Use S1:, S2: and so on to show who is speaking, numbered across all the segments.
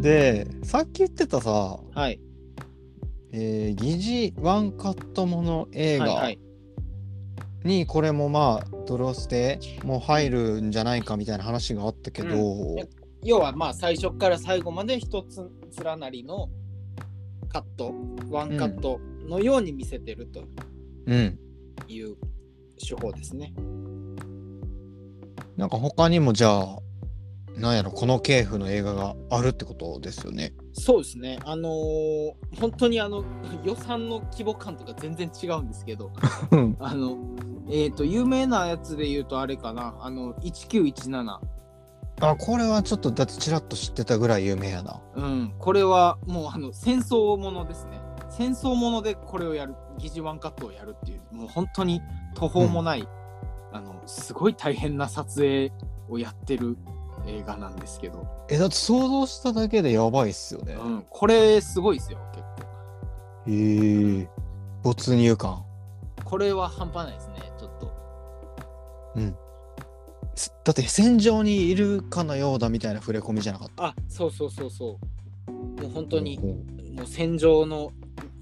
S1: でさっき言ってたさ、
S2: はい。
S1: えー疑似ワンカットもの映
S2: はいは
S1: 画
S2: い。
S1: にこれもまあドロスでもう入るんじゃないかみたいな話があったけど、
S2: うん要はまあ最初から最後まで一つ連なりのカット、ワンカットのように見せてると
S1: うん、
S2: いう手法ですね。
S1: なんか他にもじゃあなんやろこの系譜の映画があるってことですよね。
S2: そうですね。あのー本当にあの予算の規模感とか全然違うんですけど、
S1: うん
S2: あの、えっ、と、有名なやつで言うとあれかな、あの、1917。
S1: あこれはちょっとだってちらっと知ってたぐらい有名やな。
S2: うん、これはもうあの戦争ものですね。戦争ものでこれをやる、疑似ワンカットをやるっていう、もう本当に途方もない、あの、すごい大変な撮影をやってる映画なんですけど、
S1: えだって想像しただけでやばいっすよね。
S2: うん、これすごいですよ、結構。
S1: へえ没入感。
S2: これは半端ないですね、ちょっと。
S1: すだって戦場にいるかのようだみたいな触れ込みじゃなかった。
S2: あ、そうそうそうそう。もう本当に、
S1: うん
S2: もう戦場の、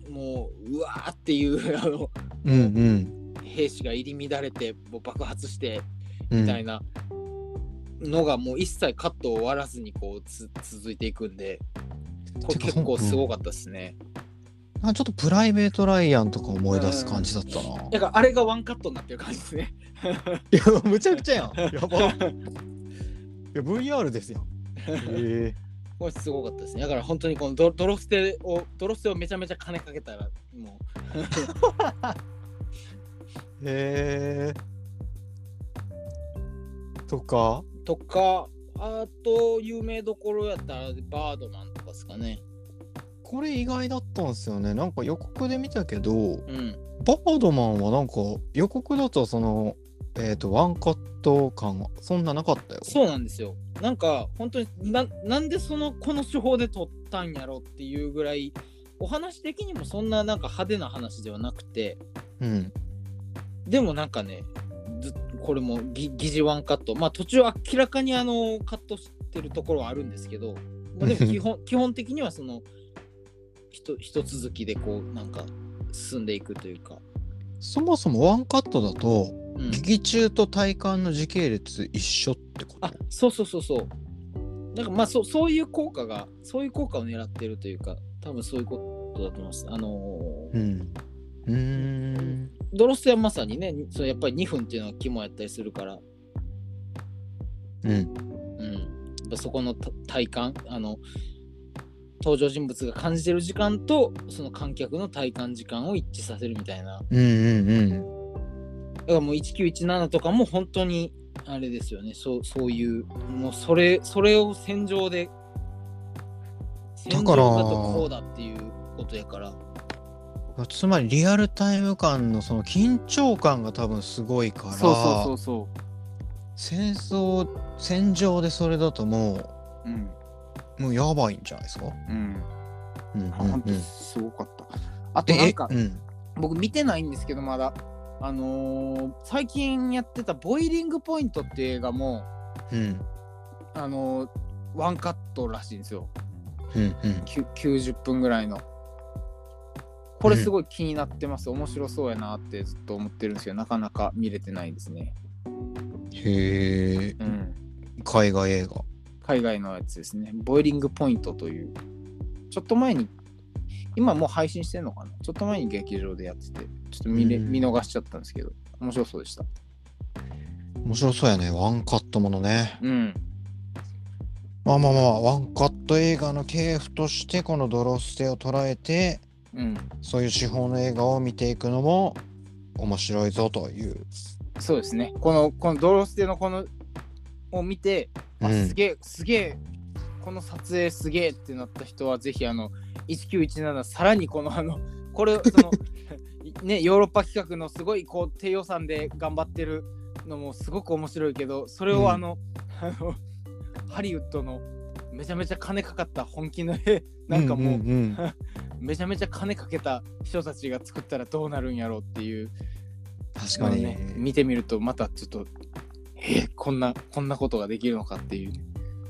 S2: もう、うわーっていう、あの、
S1: うん。
S2: 兵士が入り乱れて、もう爆発して、
S1: うん
S2: みたいなのがもう一切カットを終わらずにこうつ続いていくんでこれ
S1: てか
S2: 結構すごかったですね。
S1: なんかちょっとプライベート・ライアンとか思い出す感じだったな。
S2: だからあれがワンカットになってる感じですね。
S1: いや、むちゃくちゃやん。やば。いや、VR です よ。え
S2: これすごかったですね。だから本当にこのドドロステをドロステをめちゃめちゃ金かけたらも
S1: ええとか、
S2: うとかあと有名どころやったらバードマンとかですかね。
S1: これ意外だったんですよね。なんか予告で見たけど、
S2: うん。
S1: バードマンはなんか予告だとその、えっ、と、ワンカット感がそんななかったよ。
S2: そうなんですよ。なんか本当にななんでそのこの手法で撮ったんやろっていうぐらいお話的にもそんななんか派手な話ではなくて
S1: うん。
S2: でもなんかねずこれもぎ疑似ワンカットまあ途中明らかにあのカットしてるところはあるんですけど、まあ、でも基本基本的にはそのひと一続きでこうなんか進んでいくというか、
S1: そもそもワンカットだと、
S2: うん、
S1: 劇中と体感の時系列一緒ってこと
S2: あそうそうそうそうなんかまあそうそういう効果がそういう効果を狙ってるというか多分そういうことだと思いますあのー
S1: うん。うーん。
S2: ドロステはまさにねそうやっぱり2分っていうのは肝やったりするから
S1: うん。
S2: うん、やっぱそこのた体感あの登場人物が感じてる時間とその観客の体感時間を一致させるみたいな
S1: うんうんうん。
S2: だからもう1917とかも本当にあれですよねそうそういうもうそれそれを戦場で
S1: だ
S2: 戦
S1: か
S2: 場だ
S1: ら
S2: とこうだっていうことやから
S1: つまりリアルタイム感のその緊張感が多分すごいから
S2: うそう
S1: 戦争戦場でそれだとも
S2: そううん
S1: うもうやばいんじゃないですか。
S2: うん
S1: うんうんうん、
S2: すごかったあと
S1: え
S2: なん
S1: え
S2: か
S1: うん、
S2: 僕見てないんですけどまだあのー最近やってた「ボイリングポイント」っていう映画も
S1: うん
S2: あのーワンカットらしいんですよ
S1: うんうん
S2: きゅ90分ぐらいのこれすごい気になってます、面白そうやなってずっと思ってるんですけどなかなか見れてないですね、
S1: へえ
S2: うん、
S1: 海外映画。
S2: 海外のやつですねボイリングポイントというちょっと前に今もう配信してんのかなちょっと前に劇場でやっててちょっと見れ
S1: うん
S2: 見逃しちゃったんですけど面白そうでした
S1: 面白そうやねワンカットものね。
S2: うん
S1: まあまあまあワンカット映画の系譜としてこの「ドロステ」を捉えて
S2: うん
S1: そういう手法の映画を見ていくのも面白いぞという。
S2: そうですね。この、このドロステのこの、を見て、あ
S1: うん
S2: すげえ、すげえ、この撮影すげえってなった人は、ぜひ、あの、1917、さらにこの、あの、これ、その、 ね、ヨーロッパ企画のすごい、こう、低予算で頑張ってるのもすごく面白いけど、それ
S1: うん
S2: を、あの、あの、ハリウッドの、めちゃめちゃ金かかった本気の絵、なんかもう、
S1: うんうんうん
S2: めちゃめちゃ金かけた人たちが作ったらどうなるんやろうっていう
S1: 確かに、
S2: まあね見てみるとまたちょっとえーこんなこんなことができるのかっていう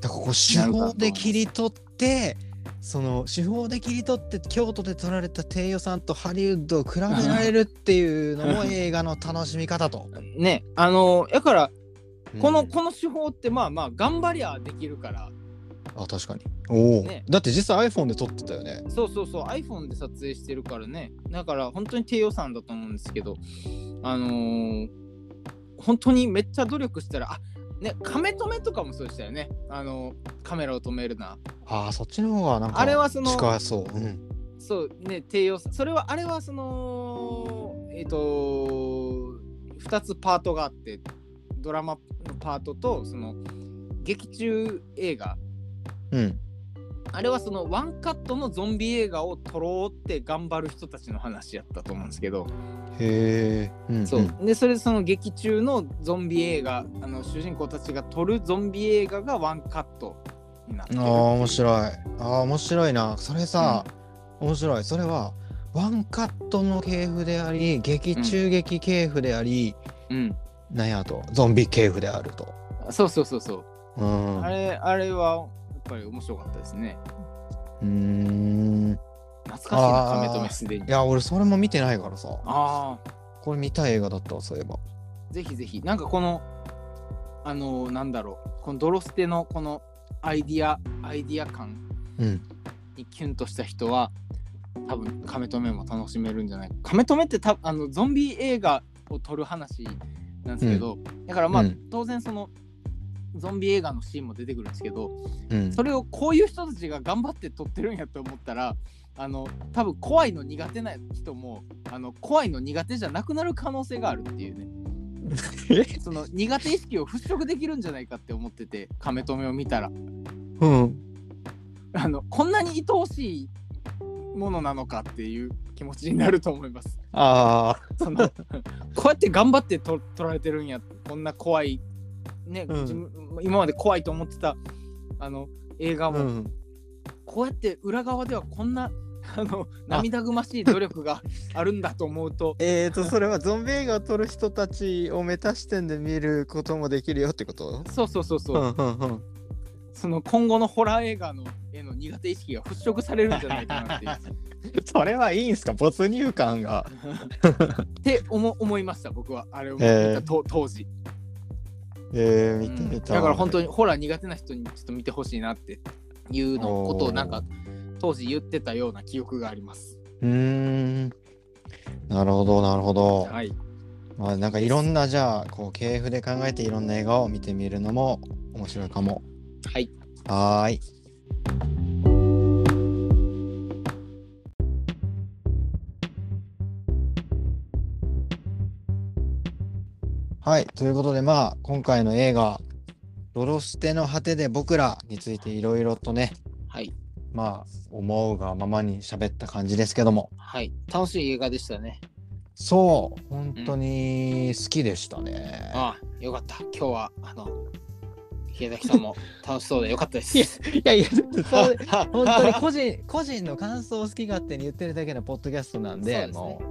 S1: だからここ手法で切り取ってその手法で切り取って京都で撮られた低予算とハリウッドを比べられるっていうのも
S2: うん
S1: 映画の楽しみ方と。
S2: ねあのやからこの、
S1: うん
S2: この手法ってまあまあ頑張りゃできるから
S1: あ確かにおお、
S2: ね
S1: だって実際 iPhone で撮ってたよね。
S2: そうそうそう iPhone で撮影してるからねだから本当に低予算だと思うんですけどあのー本当にめっちゃ努力したらあねカメ止めとかもそうでしたよねあのカメラを止めるな
S1: ああそっちの方がなんか
S2: あれはその
S1: 近そう。うん、
S2: そうね低予算それはあれはそのえっ、と2つパートがあってドラマのパートとその劇中映画
S1: うん、
S2: あれはそのワンカットのゾンビ映画を撮ろうって頑張る人たちの話やったと思うんですけど、
S1: へえ、ん
S2: そうでそれでその劇中のゾンビ映画あの主人公たちが撮るゾンビ映画がワンカットになって
S1: あ
S2: る
S1: あ面白いああ面白いなそれさ、面白いそれはワンカットの系譜であり劇中劇系譜であり、
S2: うん、
S1: なんやとゾンビ系譜であると
S2: そうそうそうそ
S1: う
S2: う、
S1: ん
S2: あ
S1: う
S2: れあれはやっぱり面白かったですね
S1: ーん
S2: 懐かしいな
S1: あー
S2: 亀止めすでに
S1: いや俺それも見てないからさ
S2: ああ
S1: これ見たい映画だったわそういえば
S2: ぜひぜひなんかこのあのーなんだろうこのドロステのこのアイディアアイディア感
S1: うん
S2: にキュンとした人は多分カメ止めも楽しめるんじゃないかカメ止めってたあのゾンビ映画を撮る話なんですけど、だからまあ、
S1: うん
S2: 当然そのゾンビ映画のシーンも出てくるんですけど
S1: うん
S2: それをこういう人たちが頑張って撮ってるんやと思ったらあの多分怖いの苦手な人もあの怖いの苦手じゃなくなる可能性があるっていうねその苦手意識を払拭できるんじゃないかって思っててカメ止めを見たら
S1: うん
S2: あのこんなに愛おしいものなのかっていう気持ちになると思います。
S1: ああ
S2: そのこうやって頑張ってと撮られてるんやこんな怖い、ね
S1: うん
S2: 自分今まで怖いと思ってたあの映画
S1: う
S2: も、
S1: ん
S2: こうやって裏側では こんなあの涙ぐましい努力があるんだと思うと
S1: えーとそれはゾンビ映画を撮る人たちを目指してんで見ることもできるよってこと
S2: そうそうそうそう、
S1: んうんうん
S2: その今後のホラー映画のへの苦手意識が払拭されるんじゃないか なっていう
S1: それはいいんすか没入感が
S2: って思思いました僕はあれを見た、
S1: えー
S2: と当時。
S1: えー、見
S2: うん
S1: てみたい、
S2: だから本当にホラー苦手な人にちょっと見てほしいなっていうのこと
S1: お
S2: を
S1: ー
S2: なんか当時言ってたような記憶があります。
S1: うーんなるほどなるほど、
S2: はい、
S1: まあ、なんかいろんなじゃあこう系譜で考えていろんな映画を見てみるのも面白いかも
S2: はい、
S1: はーいはいということでまあ今回の映画「ドロステの果てで僕ら」についていろいろとね
S2: はい、
S1: まあ思うがままに喋った感じですけども
S2: はい、楽しい映画でしたね。
S1: そう本当に好きでしたね。
S2: ああ、よかった。今日はあの池崎さんも楽しそうでよかったです。
S1: いやいやそう本当に
S2: は
S1: 個人 個人の感想を好き勝手に言ってるだけのポッドキャストなんで
S2: そうですね
S1: も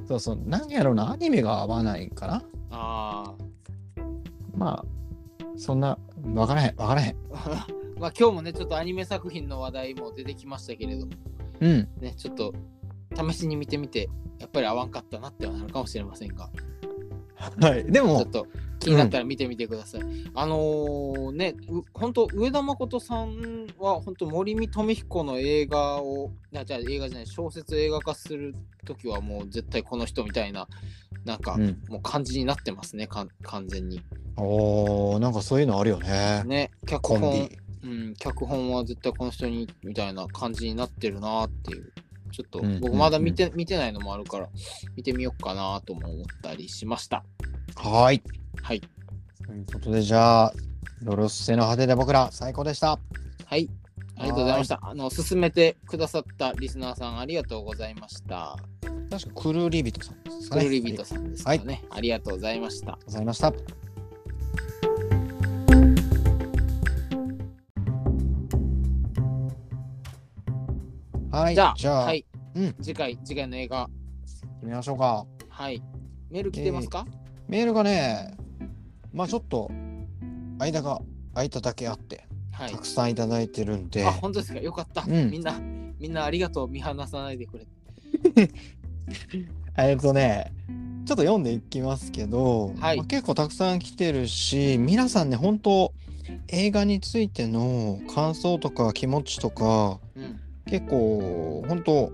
S2: い、
S1: うそうそうなんやろうなアニメが合わないんかな
S2: あ
S1: まあそんな分からへん分からへん
S2: あ、まあ今日もねちょっとアニメ作品の話題も出てきましたけれども
S1: うん
S2: ねちょっと試しに見てみてやっぱり合わんかったなってはなるかもしれませんが。
S1: はいで
S2: ちょ
S1: も
S2: っと気になったら見てみてください。あのーね、う本当上田誠さんは本当森見富彦の映画を、なじゃあ映画じゃない、小説を映画化するときはもう絶対この人みたいな、なんか、
S1: うん、
S2: もう感じになってますね、かん完全に。
S1: おーなんかそういうのあるよね
S2: ね、脚
S1: コン
S2: 本
S1: ビ、
S2: うん、脚本は絶対この人にみたいな感じになってるなっていう。ちょっと
S1: うん
S2: 僕まだ見て,、見てないのもあるから見てみようかなとも思ったりしました。
S1: はい
S2: はい。
S1: ということでじゃあロロスセの果てで僕ら最高でした
S2: はい。ありがとうございました。あの、進めてくださったリスナーさん、ありがとうございました。
S1: 確かクルーリビトさんです
S2: スク
S1: かね
S2: ールビートさんですかね、ありがとうございました。
S1: ございました。はい、
S2: じ
S1: じ
S2: ゃ
S1: ゃ
S2: あ、
S1: あ、
S2: はい、
S1: うん
S2: 次回、次回の映画。
S1: 見ましょうか。
S2: はい。メール来てますか、
S1: メールがね、まあちょっと間が空いただけあって、
S2: はい
S1: たくさんいただいてるんで、
S2: あ本当ですかよかった、
S1: うん
S2: みんなみんなありがとう見放さないでくれ
S1: えっとねちょっと読んでいきますけど、
S2: はい
S1: まあ結構たくさん来てるし皆さんね本当映画についての感想とか気持ちとか
S2: うん
S1: 結構本当、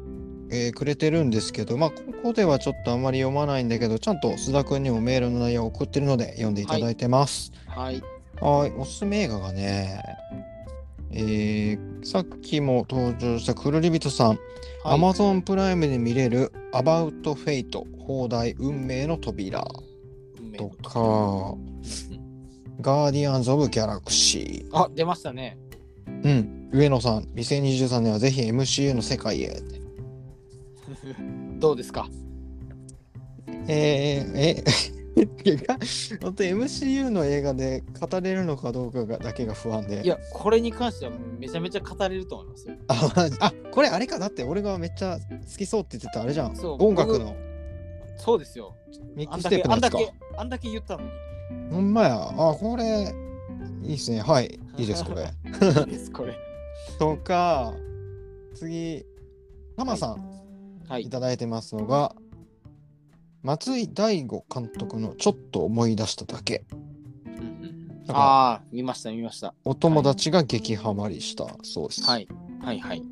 S1: えーくれてるんですけどまあここではちょっとあんまり読まないんだけどちゃんと須田君にもメールの内容を送ってるので読んでいただいてます。
S2: はい
S1: はい、おすすめ映画がね、えーさっきも登場したくるりびとさん、
S2: はい
S1: Amazon プライムで見れる「アバウト・フェイト放題運命の扉
S2: 運」命
S1: と
S2: の
S1: か「ガーディアンズ・オブ・ギャラクシー
S2: あ出ましたね」
S1: うん上野さん2023年はぜひ MCU の世界へ
S2: どうですか
S1: えー、え 本当 MCU の映画で語れるのかどうかがだけが不安で
S2: いやこれに関してはめちゃめちゃ語れると思いますよ
S1: あマジあこれあれかだって俺がめっちゃ好きそうって言ってたあれじゃん
S2: そう
S1: 音楽の
S2: そうですよ
S1: ミッ
S2: あ
S1: ク
S2: ん
S1: ス
S2: だ
S1: テップ
S2: け
S1: のや
S2: あん
S1: つ
S2: だ
S1: か
S2: けあんだけ言ったのに
S1: ほんまやあこれいいっすねはいいいですこ れ
S2: いいですこれ
S1: とか次タマさん
S2: はいい
S1: ただいてますのが松井大吾監督の「ちょっと思い出しただけ」だから
S2: ああ見ました見ました
S1: お友達が激ハマりしたそうです、
S2: はいはいはい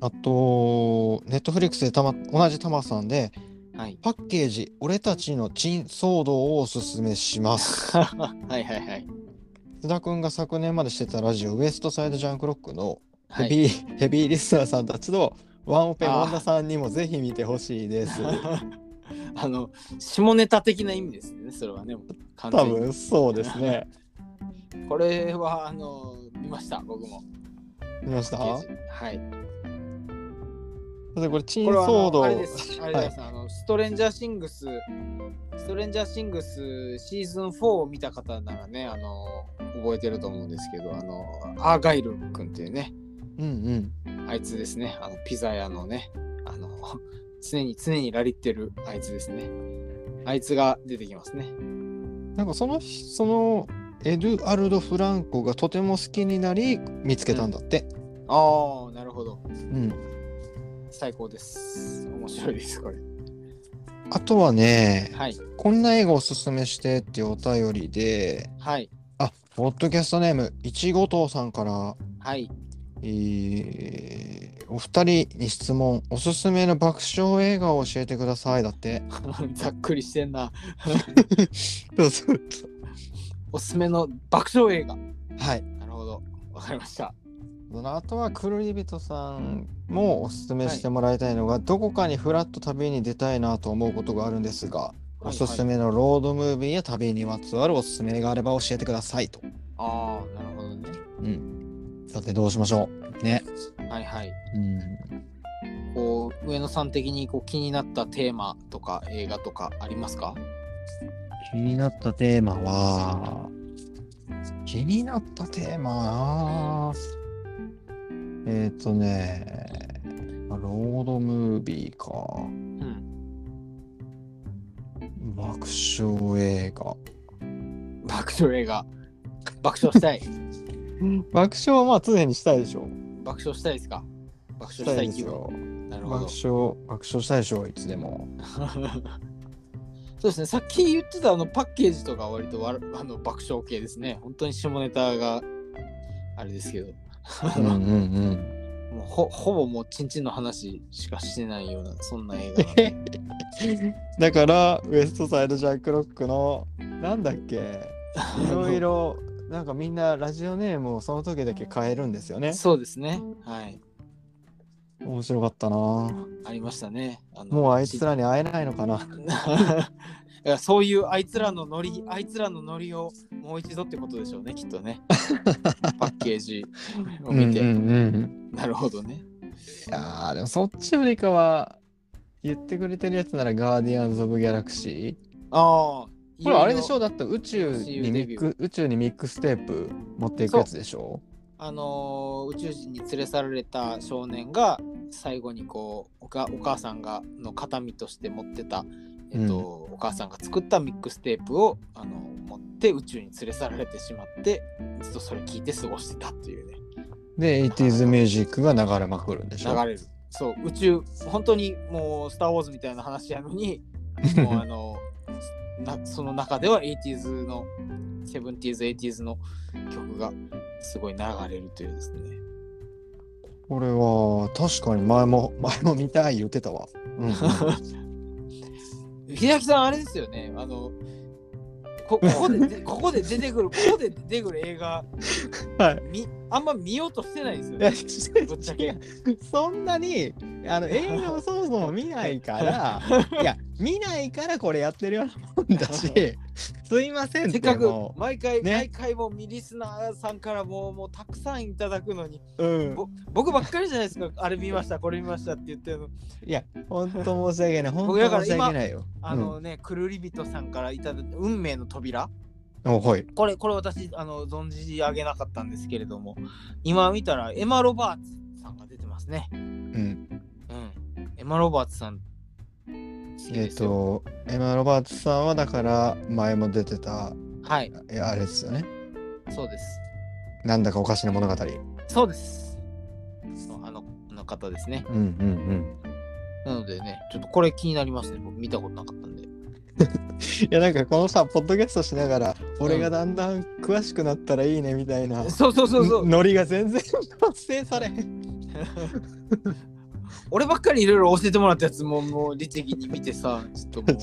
S1: あとネットフリックスでたま同じタマさんで
S2: はい
S1: パッケージ「俺たちの珍騒動」をおすすめします
S2: はいはいはい
S1: 須田君が昨年までしてたラジオ「ウエストサイドジャンクロック」の
S2: は
S1: ヘ
S2: い
S1: ビー、ヘビーリスナーさんたちのワンオペ
S2: あー
S1: ワンダさんにもぜひ見てほしいです。
S2: あの下ネタ的な意味ですねそれはね 完
S1: 多
S2: 全に
S1: 分そうですね。
S2: これはあの見ました僕も
S1: 見ました
S2: 刑事はい
S1: だってこれ、チン
S2: これはあの
S1: 騒動。
S2: あれですあれです、あのストレンジャーシングスストレンジャーシングスシーズン4を見た方ならねあの覚えてると思うんですけどあのアーガイル君っていうね
S1: うんうん。
S2: あいつですねあのピザ屋のねあの 常に常にラリってるあいつですねあいつが出てきますね
S1: なんかその日、その、エドアルド・フランコがとても好きになり、見つけたんだって。
S2: ああなるほど
S1: うん。
S2: 最高です面白いですこれ
S1: あとはね、
S2: はい
S1: こんな映画おすすめしてっていうお便りで、
S2: はい
S1: あ、ポッドキャストネーム、いちごとうさんから、
S2: はい
S1: えーお二人に質問おすすめの爆笑映画を教えてくださいだって
S2: ざっくりしてんな
S1: そうそう
S2: おすすめの爆笑映画
S1: はい
S2: なるほどわかりました
S1: そのあとはくるりびとさんもおすすめしてもらいたいのが、どこかにフラッと旅に出たいなと思うことがあるんですがおすす
S2: はいはい
S1: めのロードムービーや旅にまつわるおすすめがあれば教えてくださいと、
S2: ああ、なるほどね。
S1: うん、さてどうしましょうね、
S2: はいはい。
S1: うん、
S2: こう、上野さん的にこう気になったテーマとか映画とかありますか
S1: 気になったテーマは気になったテーマはなえっ、ー、とねロードムービーか
S2: うん。
S1: 爆笑映画
S2: 爆笑映画。爆笑したい。
S1: 爆笑はまあ常にしたいでしょ
S2: 爆笑したいですか爆笑したい
S1: です
S2: 気分。
S1: よ
S2: なる
S1: 爆
S2: ほど。
S1: 笑爆笑したいでしょいつでも
S2: そうですね。さっき言ってたあのパッケージとか割とわらあの爆笑系ですね。本当に下ネタがあれですけど。
S1: うんうんうん
S2: もうほほぼもうチンチンの話しかしてないようなそんな映画なんで
S1: だからウエストサイドジャックロックのなんだっけいろいろなんかみんなラジオネームをその時だけ変えるんですよね
S2: そうですねはい
S1: 面白かったな
S2: ありましたねあの
S1: もうあいつらに会えないのかな
S2: いやそういうあいつらのノリあいつらのノリをもう一度ってことでしょうねきっと ねパッケージを見て、
S1: うんうんうん
S2: なるほどね
S1: いやーでもそっちよりかは言ってくれてるやつならガーディアンズ・オブ・ギャラクシ
S2: ああ
S1: ーこれあれでしょだって宇宙に
S2: MCU
S1: ミ
S2: デビ
S1: ッ
S2: ュー
S1: ク宇宙にミックステープ持っていくやつでしょ
S2: あのー宇宙人に連れ去られた少年が最後にこうおかお母さんがの形見として持ってた、ええっとお母さんが作ったミックステープをあの持って宇宙に連れ去られてしまってずっとそれ聞いて過ごしてたっていうね
S1: で、80s ミュージックが流れまくるんでし
S2: 流
S1: ょ。
S2: れるそう宇宙本当にもう「スター・ウォーズ」みたいな話やの にもうあのなその中では 80s の 70s80s の曲がすごい流れるというですね
S1: これは確かに前も前も見たい言ってたわ。 うんうん、
S2: 秀明さんあれですよねあのこここで でここで出てくるここで出てくる映画、
S1: はい
S2: みあんま見ようとしてないですよ
S1: いや
S2: ねぶっちゃ
S1: 違
S2: け
S1: うそんなにあの映 画をそもそも見ないからいや見ないからこれやってるようなもんだ しすいません
S2: せ
S1: っ
S2: ってかく
S1: も
S2: 毎回、
S1: ね
S2: 毎回もうミリスナーさんからもうもうたくさんいただくのに
S1: う、うん、
S2: ぼ僕ばっかりじゃな いですかあれ見ましたこれ見ましたって言ってるの
S1: いや本当申し訳ない本
S2: 僕だか
S1: 当
S2: ら
S1: 申し
S2: 今
S1: 訳ないよ
S2: あのね、くるりびとさんからいただいた運命の扉
S1: うん、おはい
S2: これこれ私あの存じ上げなかったんですけれども今見たらエマ・ロバーツさんが出てますね
S1: うん
S2: うん。エマ・ロバーツさん。
S1: えっ、とエマ・ロバーツさんはだから前も出てた
S2: はい、
S1: えあれですよね
S2: そうです。
S1: なんだかおかしな物語
S2: そうです。そうあの、あの方ですね。
S1: うんうん
S2: なのでね、ちょっとこれ気になりますね。僕見たことなかったんで。
S1: うんいやなんかこのさポッドキャストしながら俺がだんだん詳しくなったらいいねみたいな、
S2: そうそうそうそう。
S1: ノリが全然達成されへん。
S2: 俺ばっかりいろいろ教えてもらったやつも、もう律儀に見てさ、ちょっともう。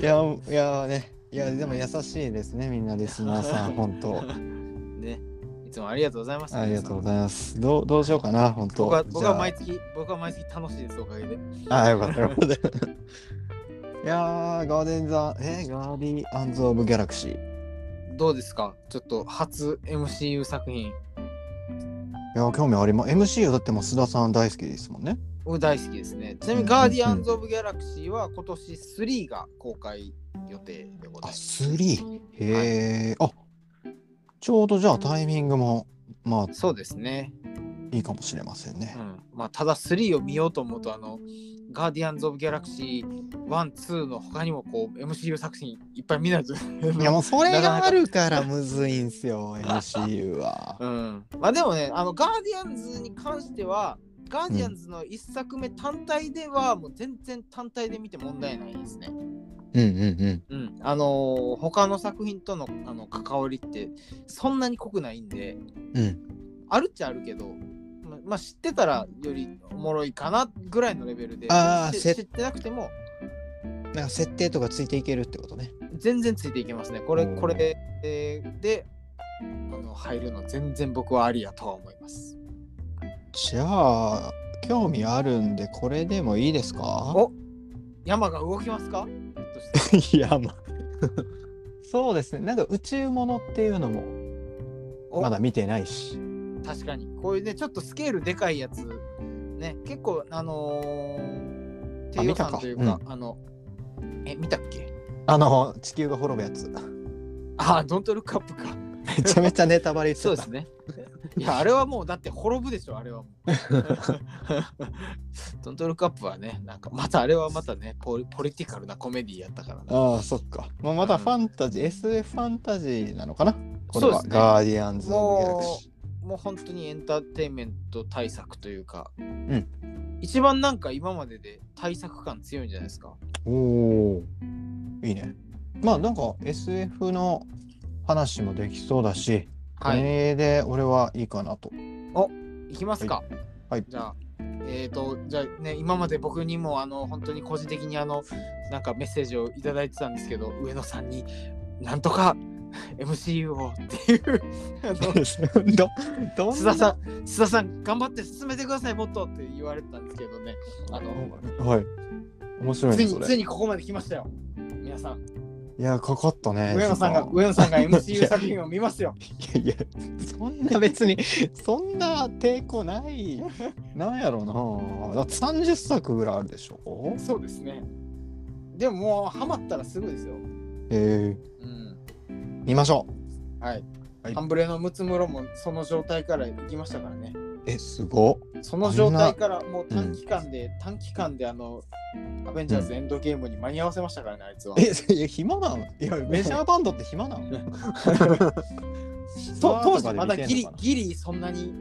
S1: いや、いやね、いや、でも優しいですね、みんなリスナーさん、本当。
S2: ね、いつもありがとうございます。
S1: ありがとうござ
S2: い
S1: います。どう、どうしようかな、本当。
S2: 僕は僕は毎
S1: じ
S2: 月、僕は毎月楽しいです、おかげで。
S1: ゃああ、よかった、よかった。いやー、ガーデンザ、えガーディアンズ・オブ・ギャラクシー。い
S2: どうですかちょっと初 MCU 作品、
S1: や、興味あります。MCU だってもう須田さん大好きですもんね。
S2: 僕大好きですね。ちな
S1: う
S2: み
S1: ん
S2: に、ガーディアンズ・オブ・ギャラクシーは今年3が公開予定でご
S1: あ、
S2: ざいます。
S1: 3。へー、あ、ちょうどじゃあタイミングも、まあ、
S2: そうですね。
S1: いいかもしれませんね
S2: う。ん。まあ、ただ3を見ようと思うと、あの、ガーディアンズ・オブ・ギャラクシー1、2の他にもこう、MCU 作品いっぱい見ないと。
S1: いやもうそれ
S2: なかな
S1: が
S2: か
S1: あるからむずいんすよ MCU は。
S2: うん。まあでもね、あの、ガーディアンズに関しては、ガーディアンズの1作目単体では、もう全然単体で見て問題ないですね。
S1: うんうん
S2: うん、あのー他の作品とのあの関わりってそんなに濃くないんで
S1: うん。うん。
S2: あるっちゃあるけど、ままあ、知ってたらよりおもろいかなぐらいのレベルで
S1: あー
S2: し
S1: せ
S2: 知ってなくても
S1: なんか設定とかついていけるってことね。
S2: 全然ついていけますねこれ
S1: おー
S2: これでえーであの入るの全然僕はありやとは思います
S1: じゃあ興味あるんでこれでもいいですか
S2: お山が動きますかひょっとして
S1: いやまあそうですねなんか宇宙物っていうのも
S2: お
S1: まだ見てないし。
S2: 確かにこういうねちょっとスケールでかいやつね結構あのー、低予算というか
S1: 見たか
S2: あのえ見たっけ
S1: あの地球が滅ぶやつ。
S2: ああ、ドントルックアップか。
S1: めちゃめちゃネタバレ言っ
S2: そう
S1: て
S2: で
S1: た
S2: す。ね。 いや、あれはもうだって滅ぶでしょ、あれはも う。ドントルックアップはね、なんかまたあれはまたね、ポリポリティカルなコメディやったからな。
S1: ああそっか。まあ、まだファンタジー、SF ファンタジーなのかなこれは
S2: そうですね
S1: ガーディアンズ・オブ・ギャラク
S2: も
S1: シー。
S2: う、もう本当にエンターテインメント対策というか、
S1: ん
S2: 一番なんか今までで対策感強いんじゃないですか。
S1: おおいいねまあなんか SF の話もできそうだし、
S2: はい。
S1: これで俺はいいかなと
S2: いきますか。
S1: はい
S2: じゃあ、えっ、と、じゃあね、今まで僕にも、あの、本当に個人的に、あの、なんかメッセージをいただいてたんですけど、上野さんに、なんとか MCU をっていう、あの、
S1: どど
S2: 須田さん、須田さん、頑張って進めてください、もっとって言われてたんですけどね、あの、
S1: んはい面白い
S2: つい
S1: ねそ
S2: に、つ
S1: れい
S2: いにここまで来ましたよ。皆さん、
S1: やかかったね
S2: 上野さんが、
S1: 時
S2: 上野さん が
S1: い
S2: MCU
S1: や
S2: 作品を見ますよ。
S1: 間いやいやそんな別にそんな抵抗ない なんやろうなだって30作ぐらいあるでしょ
S2: そうですね。でももう、ハマったらすぐですよ。
S1: え
S2: うん。
S1: ー、見ましょ
S2: はい。
S1: はい
S2: ハンブレのムツムロもその状態から行きましたからね。
S1: うえすごっ
S2: その状態からもう短期間で、短期間であのアベンジャーズエンドゲームに間に合わせましたからね、あいつは。
S1: え、いや、暇なのいや、メジャーバンドって暇なの
S2: と当時まだ
S1: 見
S2: ギ
S1: てん
S2: リ
S1: のかな
S2: ギリそんなに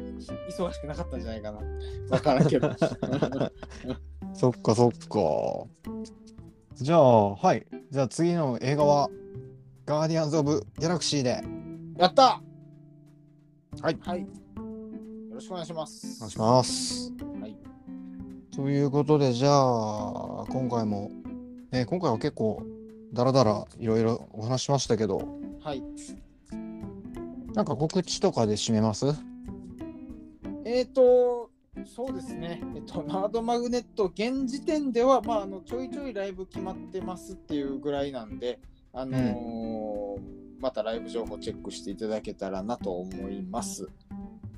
S2: 忙しくなかったんじゃないかな。わからんけど。
S1: そっかそっか。じゃあ、はい。じゃあ次の映画は、ガーディアンズ・オブ・ギャラクシーで。
S2: やった
S1: はい。
S2: はい。よろしくお願いします。
S1: お願いします。
S2: はい。
S1: ということで、じゃあ、今回も、ね、今回は結構、だらだらいろいろお話ししましたけど、
S2: はい。
S1: なんか告知とかで締めます
S2: えーと、そうですね、えっと、ナードマグネット、現時点では、まあ、あのちょいちょいライブ決まってますっていうぐらいなんで、あのーまたライブ情報チェックしていただけたらなと思います。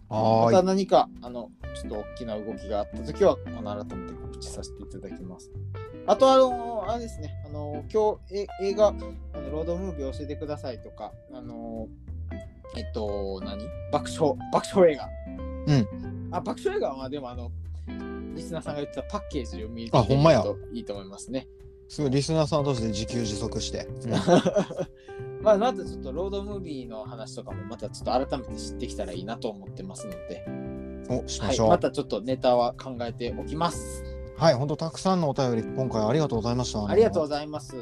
S2: ま
S1: は
S2: た
S1: ーい。
S2: 何かあのちょっと大きな動きがあったときは、あの改めて告知させていただきます。あと、あのあれですね、あの今日え映画あの、ロードムービー教えてくださいとか、あのえっと、何爆笑、爆笑映画。うん。あ、爆笑映画は、でも、あの、リスナーさんが言ってたパッケージを見ると
S1: あほんまや
S2: いいと思いますね。
S1: すごい、リスナーさん同士で自給自足して。
S2: まあ、またちょっとロードムービーの話とかも、またちょっと改めて知ってきたらいいなと思ってますので、
S1: お、しま
S2: はい、
S1: しょう。
S2: またちょっとネタは考えておきます。
S1: はい、本当たくさんのお便り、今回ありがとうございました。
S2: ありがとうございます。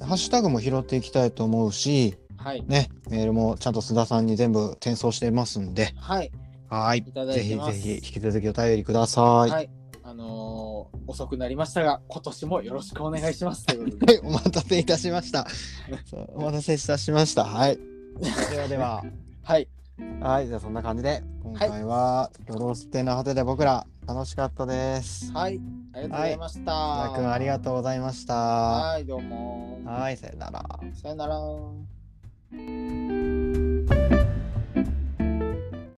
S1: ハッシュタグも拾っていきたいと思うし、
S2: はい。
S1: ね、メールもちゃんと須田さんに全部転送してますんで、
S2: はい。
S1: はい
S2: い。ただ
S1: ぜ
S2: いて
S1: ひ
S2: ま
S1: ぜ
S2: す。
S1: ひ引き続きお便りください。
S2: はい。あのー遅くなりましたが、今年もよろしくお願いします。とい う
S1: は
S2: ことで
S1: い、お待たせいたしました。そうお待たせいたしました。はい。ではでは、
S2: はい。
S1: はい、じゃあそんな感じで、今回は、ドロステの果てで僕ら楽しかったです。
S2: はい。ありがとうございました。
S1: 須田くんありがとうございました。
S2: はい、どうも。
S1: はい、さよなら。
S2: さよなら。